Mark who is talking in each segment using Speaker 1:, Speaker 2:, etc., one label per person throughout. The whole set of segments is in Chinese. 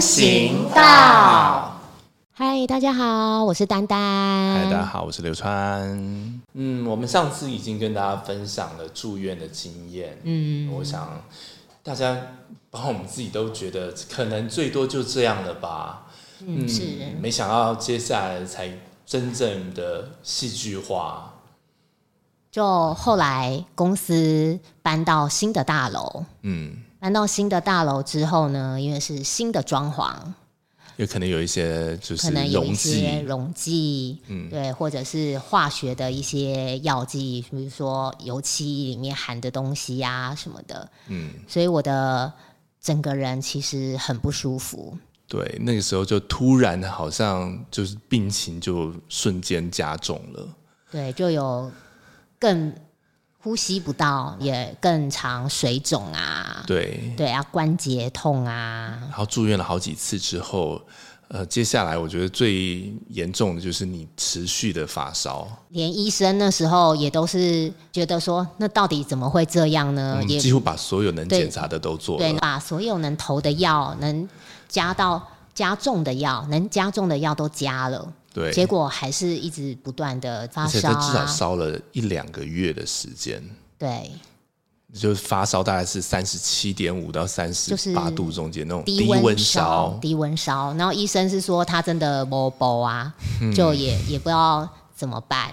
Speaker 1: 行道。
Speaker 2: 嗨，大家好，我是丹丹。
Speaker 3: 嗨，大家好，我是刘川。
Speaker 1: 嗯，我们上次已经跟大家分享了住院的经验。嗯，我想大家，包括我们自己都觉得，可能最多就这样了吧。
Speaker 2: 嗯，是
Speaker 1: 没想到接下来才真正的戏剧化。
Speaker 2: 就后来公司搬到新的大楼，嗯，搬到新的大楼之后呢，因为是新的装潢，
Speaker 3: 有可能有一些就是
Speaker 2: 可能有一
Speaker 3: 溶
Speaker 2: 些
Speaker 3: 剂，嗯
Speaker 2: 溶剂，对，或者是化学的一些药剂，比如说油漆里面含的东西呀、什么的，嗯，所以我的整个人其实很不舒服，
Speaker 3: 对，那个时候就突然好像就是病情就瞬间加重了。
Speaker 2: 对，就有更呼吸不到，也更常水肿啊，
Speaker 3: 对，
Speaker 2: 对啊，关节痛啊，
Speaker 3: 然后住院了好几次之后，呃，接下来我觉得最严重的就是你持续的发烧，
Speaker 2: 连医生那时候也都是觉得说，那到底怎么会这样呢？
Speaker 3: 嗯，
Speaker 2: 呃也
Speaker 3: 几乎把所有能
Speaker 2: 对
Speaker 3: 检查的都做
Speaker 2: 对，
Speaker 3: 了。
Speaker 2: 把所有能投的药，能加到加重的药，能加重的药都加了，
Speaker 3: 对，
Speaker 2: 结果还是一直不断的发
Speaker 3: 而且
Speaker 2: 烧
Speaker 3: 他至少
Speaker 2: 啊，
Speaker 3: 烧了一两个月的时间，
Speaker 2: 对，
Speaker 3: 就是发烧大概是三十七点五到三
Speaker 2: 就
Speaker 3: 十
Speaker 2: 是
Speaker 3: 八度中间那种
Speaker 2: 低
Speaker 3: 温
Speaker 2: 烧，低温烧。然后医生是说他真的没补啊，
Speaker 3: 嗯
Speaker 2: 就也也不知道怎么办。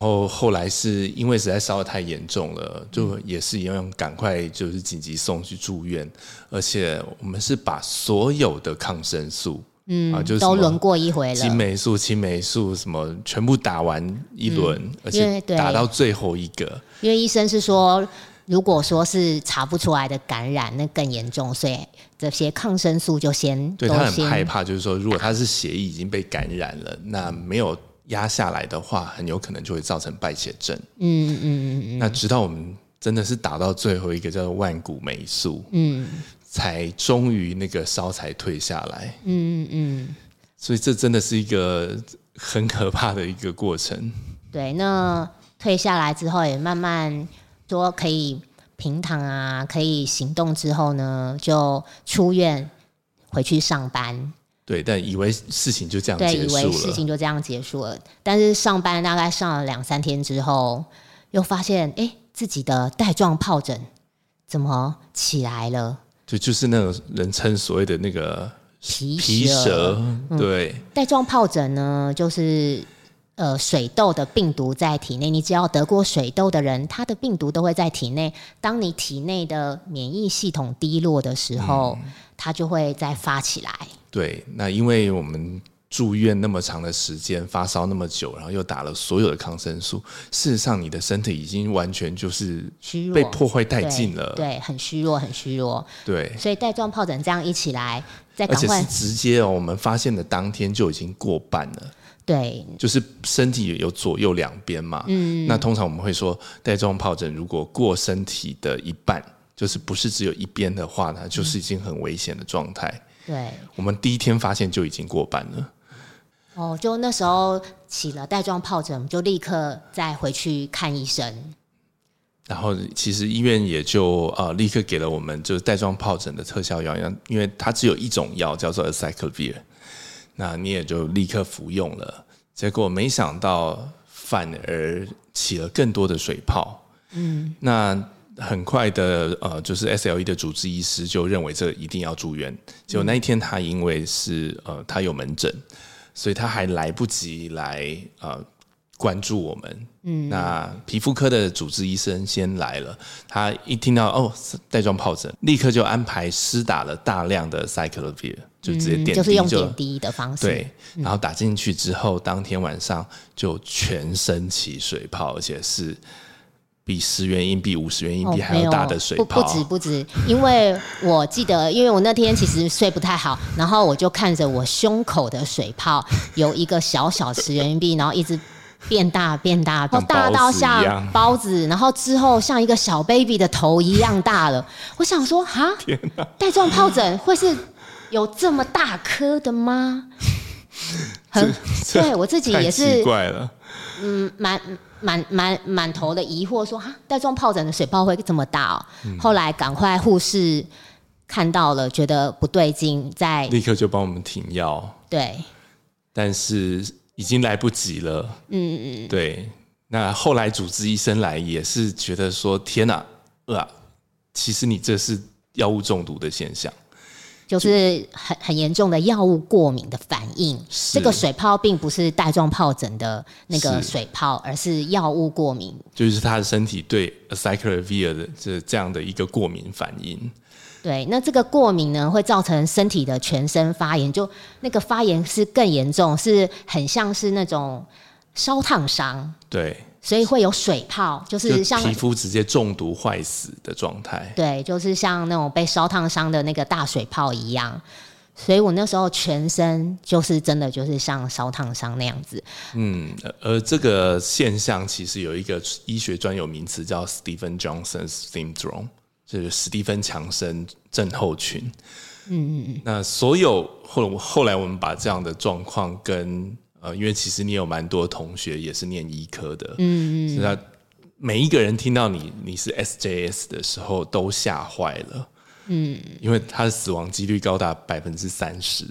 Speaker 3: 然后后来是因为实在烧的太严重了，就也是一样，赶快就是紧急送去住院，而且我们是把所有的抗生素，嗯，啊，就是什
Speaker 2: 都
Speaker 3: 么
Speaker 2: 轮过一回
Speaker 3: 青
Speaker 2: 了，
Speaker 3: 霉素、青霉素什么全部打完一轮，而
Speaker 2: 嗯因为
Speaker 3: 且
Speaker 2: 对
Speaker 3: 打到最后一个，
Speaker 2: 因为医生是说，如果说是查不出来的感染，那更严重，所以这些抗生素就先
Speaker 3: 对
Speaker 2: 都
Speaker 3: 他很
Speaker 2: 先
Speaker 3: 害怕，就是说如果他是血液已经被感染了，
Speaker 2: 嗯
Speaker 3: 那没有压下来的话，很有可能就会造成败血症。
Speaker 2: 嗯嗯嗯
Speaker 3: 那直到我们真的是打到最后一个叫做万古霉素，
Speaker 2: 嗯
Speaker 3: 才终于那个烧才退下来。
Speaker 2: 嗯嗯，
Speaker 3: 所以这真的是一个很可怕的一个过程。
Speaker 2: 对。那退下来之后，也慢慢说可以平躺啊，可以行动之后呢，就出院回去上班。
Speaker 3: 对，但以为事情就这样
Speaker 2: 对，
Speaker 3: 结
Speaker 2: 以
Speaker 3: 束
Speaker 2: 为事情
Speaker 3: 了。
Speaker 2: 就这样结束了。但是上班大概上了两三天之后，又发现哎，诶自己的带状疱疹怎么起来了？
Speaker 3: 对，就是那种人称所谓的那个
Speaker 2: 皮
Speaker 3: 皮
Speaker 2: 蛇。
Speaker 3: 蛇，对，
Speaker 2: 带状疱疹呢，就是呃水痘的病毒在体内。你只要得过水痘的人，他的病毒都会在体内。当你体内的免疫系统低落的时候，
Speaker 3: 嗯
Speaker 2: 它就会再发起来。
Speaker 3: 对。那因为我们住院那么长的时间，发烧那么久，然后又打了所有的抗生素，事实上你的身体已经完全就是
Speaker 2: 虚弱
Speaker 3: 被破坏殆
Speaker 2: 对
Speaker 3: 尽了。
Speaker 2: 对，很虚弱，很虚弱。
Speaker 3: 对，
Speaker 2: 所以带状疱疹这样一起来，再
Speaker 3: 而
Speaker 2: 赶
Speaker 3: 且是
Speaker 2: 快
Speaker 3: 直接哦，我们发现的当天就已经过半了。
Speaker 2: 对
Speaker 3: 就是身体有左右两边嘛，嗯，那通常我们会说带状疱疹如果过身体的一半，就是不是只有一边的话呢，就是已经很危险的状态。
Speaker 2: 对
Speaker 3: 我们第一天发现就已经过半了，
Speaker 2: 哦，就那时候起了带状疱疹，就立刻再回去看医生。
Speaker 3: 然后其实医院也就呃立刻给了我们就是带状疱疹的特效药，因为它只有一种药叫做 acyclovir，那你也就立刻服用了，结果没想到反而起了更多的水泡。
Speaker 2: 嗯
Speaker 3: 那很快的，呃，就是 SLE 的主治医师就认为这一定要住院。结果那一天他因为是呃他有门诊，所以他还来不及来呃关注我们。嗯，那皮肤科的主治医生先来了，他一听到哦带状疱疹，立刻就安排施打了大量的 cyclovir，就直接点滴
Speaker 2: 嗯就是用点滴的方式，
Speaker 3: 对，
Speaker 2: 嗯
Speaker 3: 然后打进去之后，当天晚上就全身起水泡，而且是比十元硬币、五十元硬
Speaker 2: 哦，
Speaker 3: 币
Speaker 2: 没
Speaker 3: 还要
Speaker 2: 有
Speaker 3: 大的水
Speaker 2: 不
Speaker 3: 泡。
Speaker 2: 不止不止，因为我记得，因为我那天其实睡不太好，然后我就看着我胸口的水泡有一个小小十元硬币，然后一直。变大变大，然后大
Speaker 3: 像包
Speaker 2: 到
Speaker 3: 子一
Speaker 2: 像
Speaker 3: 样
Speaker 2: 包子，然后之后像一个小 baby 的头一样大了。我想说，哈，带状疱疹会是有这么大颗的 吗？很，对我自己
Speaker 3: 太
Speaker 2: 也
Speaker 3: 奇
Speaker 2: 是
Speaker 3: 怪了，
Speaker 2: 满满满满头
Speaker 3: 嗯
Speaker 2: 的疑惑说，哈，带状疱疹的水泡会这么大、哦？后来赶快护士看到了觉得不对劲，在
Speaker 3: 立刻就帮我们停药，
Speaker 2: 对，
Speaker 3: 但是已经来不及了。
Speaker 2: 嗯嗯，
Speaker 3: 对，那后来主治医生来也是觉得说，天哪、啊，啊，其实你这是药物中毒的现象。
Speaker 2: 就是很很严重的药物过敏的反应。
Speaker 3: 是
Speaker 2: 这个水泡并不是带状疱疹的那个
Speaker 3: 是
Speaker 2: 水泡，而是药物过敏。
Speaker 3: 就是他的身体对 acyclovir 的这这样的一个过敏反应，
Speaker 2: 对，那这个过敏呢，会造成身体的全身发炎，就那个发炎是更严重，是很像是那种烧烫伤，
Speaker 3: 对，
Speaker 2: 所以会有水泡，就
Speaker 3: 就是
Speaker 2: 像
Speaker 3: 皮肤直接中毒坏死的状态。
Speaker 2: 对，就是像那种被烧烫伤的那个大水泡一样。所以我那时候全身就是真的就是像烧烫伤那样子，
Speaker 3: 嗯，而这个现象其实有一个医学专有名词叫 Stephen Johnson syndrome，就是史蒂芬强森症候群。嗯嗯嗯。那所有后后来我们把这样的状况跟呃，因为其实你有蛮多同学也是念医科的，嗯嗯，那每一个人听到你你是 SJS 的时候都吓坏了。嗯，因为他的死亡几率高达百分之三十，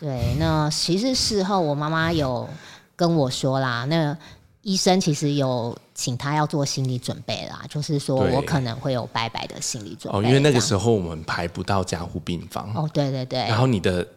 Speaker 2: 对，那其实事后我妈妈有跟我说啦，那医生其实有请她要做心理准备啦，就是说
Speaker 3: 对
Speaker 2: 我可能会有拜拜的心理准备。
Speaker 3: 哦，因为那个
Speaker 2: 候，
Speaker 3: 时候我们排不到加护病房，
Speaker 2: 哦，对对对
Speaker 3: 然后你的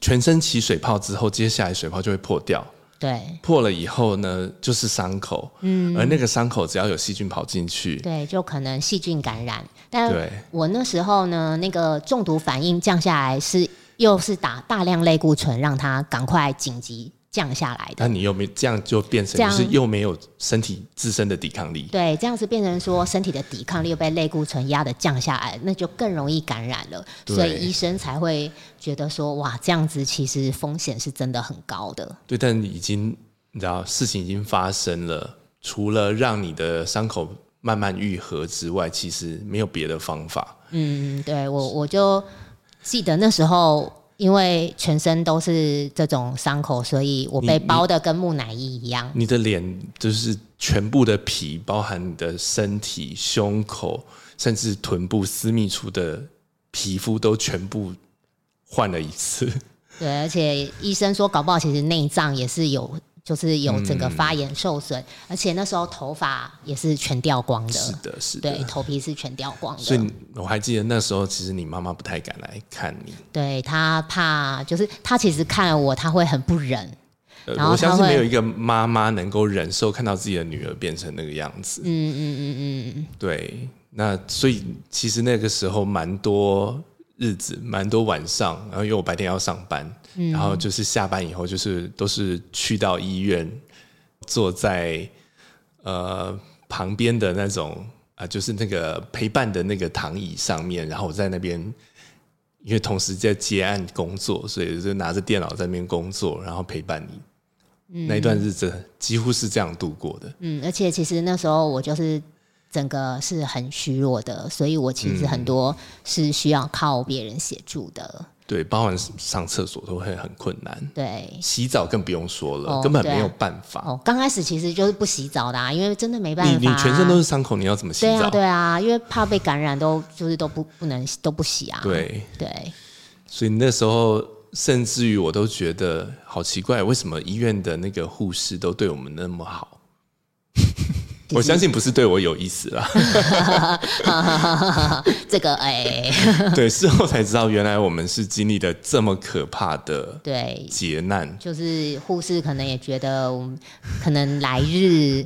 Speaker 3: 全身起水泡之后，接下来水泡就会破掉，
Speaker 2: 对
Speaker 3: 破了以后呢，就是伤口，嗯，而那个伤口只要有细菌跑进去，
Speaker 2: 对，就可能细菌感染。但
Speaker 3: 对
Speaker 2: 我那时候呢，那个中毒反应降下来是又是打大量类固醇，让它赶快紧急降下来的。
Speaker 3: 那你又没这样就变成
Speaker 2: 这样
Speaker 3: 就是又没有身体自身的抵抗力，
Speaker 2: 对，这样子变成说身体的抵抗力又被类固醇压的降下来，那就更容易感染了，
Speaker 3: 对
Speaker 2: 所以医生才会觉得说，哇，这样子其实风险是真的很高的。
Speaker 3: 对，但已经你知道事情已经发生了，除了让你的伤口慢慢愈合之外，其实没有别的方法，
Speaker 2: 嗯，对我我就记得那时候，因为全身都是这种伤口，所以我被
Speaker 3: 你
Speaker 2: 包的跟木乃伊一样。
Speaker 3: 你的脸就是全部的皮，包含你的身体、胸口，甚至臀部私密处的皮肤都全部换了一次。
Speaker 2: 对，而且医生说，搞不好其实内脏也是有。就是有整
Speaker 3: 嗯
Speaker 2: 个发炎受损，而且那时候头发也是全掉光的，
Speaker 3: 是的，是
Speaker 2: 对，
Speaker 3: 的。
Speaker 2: 头皮是全掉光的。
Speaker 3: 所以你我还记得那时候，其实你妈妈不太敢来看你，
Speaker 2: 对他怕，就是他其实看了我，他会很不忍。
Speaker 3: 呃
Speaker 2: 然后
Speaker 3: 我相信
Speaker 2: 她会
Speaker 3: 没有一个妈妈能够忍受看到自己的女儿变成那个样子。
Speaker 2: 嗯嗯嗯嗯，
Speaker 3: 对，那所以其实那个时候蛮多日子，蛮多晚上，然后因为我白天要上班，
Speaker 2: 嗯
Speaker 3: 然后就是下班以后就是都是去到医院，坐在呃旁边的那种啊、就是那个陪伴的那个躺椅上面，然后我在那边。因为同时在接案工作，所以就拿着电脑在那边工作，然后陪伴你。那一段日子几乎是这样度过的。
Speaker 2: 嗯，而且其实那时候我就是整个是很虚弱的，所以我其实
Speaker 3: 嗯
Speaker 2: 很多是需要靠别人协助的。
Speaker 3: 对，包含上厕所都会很困难。
Speaker 2: 对，
Speaker 3: 洗澡更不用说了，
Speaker 2: 哦
Speaker 3: 根本
Speaker 2: 对啊
Speaker 3: 没有办法。
Speaker 2: 哦，刚开始其实就是不洗澡的、啊，因为真的没办法、
Speaker 3: 你
Speaker 2: 啊。
Speaker 3: 你全身都是伤口，你要怎么洗
Speaker 2: 对
Speaker 3: 澡？
Speaker 2: 啊，对啊，因为怕被感染都，就是都不不能都不洗啊。
Speaker 3: 对
Speaker 2: 对
Speaker 3: 所以那时候甚至于我都觉得好奇怪，为什么医院的那个护士都对我们那 么好？我相信不是对我有意思 啦，
Speaker 2: 这个哎、
Speaker 3: 对，事后才知道原来我们是经历了这么可怕的
Speaker 2: 对，
Speaker 3: 劫难。
Speaker 2: 就是护士可能也觉得我们可能来日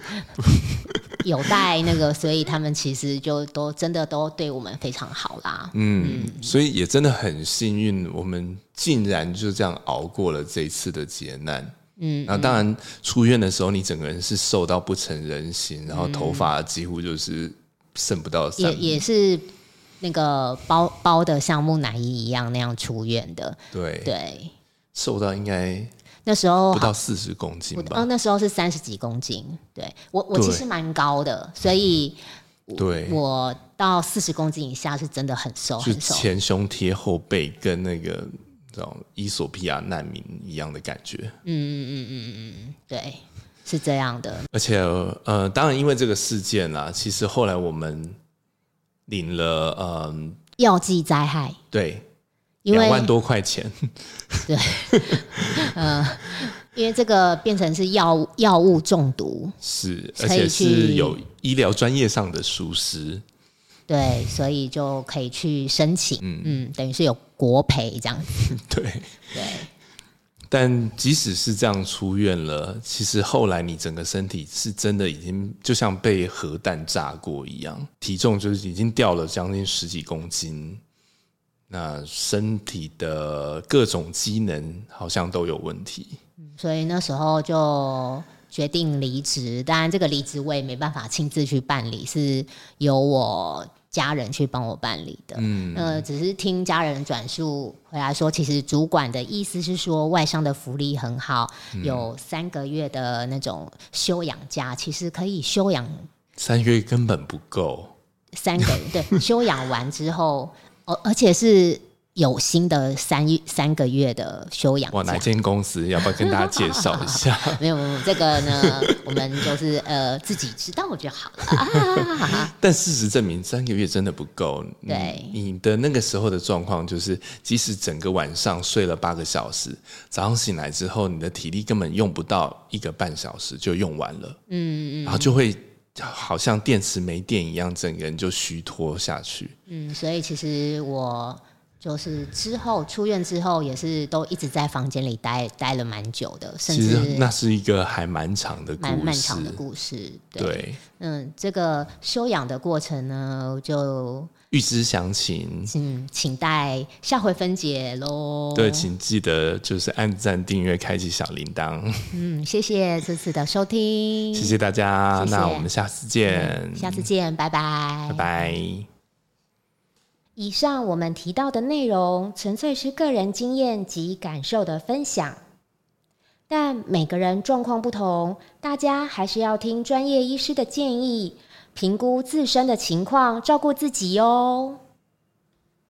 Speaker 2: 有待那个，所以他们其实就都真的都对我们非常好啦。
Speaker 3: 嗯，所以也真的很幸运，我们竟然就这样熬过了这一次的劫难。嗯，那当然出院的时候，你整个人是瘦到不成人形，然后头发几乎就是剩不到三
Speaker 2: 也也是那个包包的像木乃伊一样那样出院的。
Speaker 3: 对，
Speaker 2: 对，
Speaker 3: 瘦到应该
Speaker 2: 那时候
Speaker 3: 不
Speaker 2: 好
Speaker 3: 到四十公斤
Speaker 2: 不哦，
Speaker 3: 吧？
Speaker 2: 那时候是三十几公斤。对我我
Speaker 3: 对
Speaker 2: 其实蛮高的，所以
Speaker 3: 对，
Speaker 2: 我到四十公斤以下是真的很瘦
Speaker 3: 就
Speaker 2: 很瘦。
Speaker 3: 前胸贴后背，跟那个你知道伊索比亚难民一样的感觉。
Speaker 2: 对，是这样的。
Speaker 3: 而且呃，啊当然因为这个事件啦，其实后来我们领了嗯、
Speaker 2: 药剂灾害，
Speaker 3: 对，
Speaker 2: 因
Speaker 3: 两
Speaker 2: 为
Speaker 3: 万多块钱，
Speaker 2: 因为这个变成是药物药物中毒，
Speaker 3: 是，
Speaker 2: 可
Speaker 3: 而
Speaker 2: 以
Speaker 3: 且
Speaker 2: 去
Speaker 3: 是有医疗专业上的疏失，
Speaker 2: 对，所以就可以去申请，嗯等于是有国赔这样子，
Speaker 3: 对。
Speaker 2: 对，
Speaker 3: 但即使是这样出院了，其实后来你整个身体是真的已经就像被核弹炸过一样，体重就是已经掉了将近十几公斤，那身体的各种机能好像都有问题。
Speaker 2: 所以那时候就决定离职。当然，这个离职我也没办法亲自去办理，是由我家人去帮我办理的。嗯，呃，只是听家人转述回来说，其实主管的意思是说，外商的福利很好，
Speaker 3: 嗯
Speaker 2: 有三个月的那种休养假，其实可以休养
Speaker 3: 三月根本不够，
Speaker 2: 三 个对，休养完之后，而而且是有新的三一三个月的休养
Speaker 3: 哇！哪
Speaker 2: 假。
Speaker 3: 间公司？要不要跟大家介绍一下？
Speaker 2: 没有，没有没有这个呢，我们就是呃自己知道就好了。
Speaker 3: 但事实证明，三个月真的不够。你
Speaker 2: 对
Speaker 3: 你的那个时候的状况就是，即使整个晚上睡了八个小时，早上醒来之后，你的体力根本用不到一个半小时就用完了。嗯嗯，然后就会好像电池没电一样，整个人就虚脱下去。
Speaker 2: 嗯，所以其实我就是之后出院之后，也是都一直在房间里待待了蛮久的，甚
Speaker 3: 其实
Speaker 2: 至
Speaker 3: 那是一个还蛮长的故事，
Speaker 2: 蛮漫长的故事。对，
Speaker 3: 对，
Speaker 2: 嗯，这个休养的过程呢，就
Speaker 3: 预知详情。
Speaker 2: 嗯，请待下回分解喽。
Speaker 3: 对，请记得就是按赞、订阅、开启小铃铛，
Speaker 2: 嗯，谢谢这次的收听，
Speaker 3: 谢谢大家。
Speaker 2: 谢谢
Speaker 3: 那我们下次见，
Speaker 2: 下次见，拜拜，
Speaker 3: 拜拜。
Speaker 2: 以上我们提到的内容纯粹是个人经验及感受的分享，但每个人状况不同，大家还是要听专业医师的建议，评估自身的情况，照顾自己哦。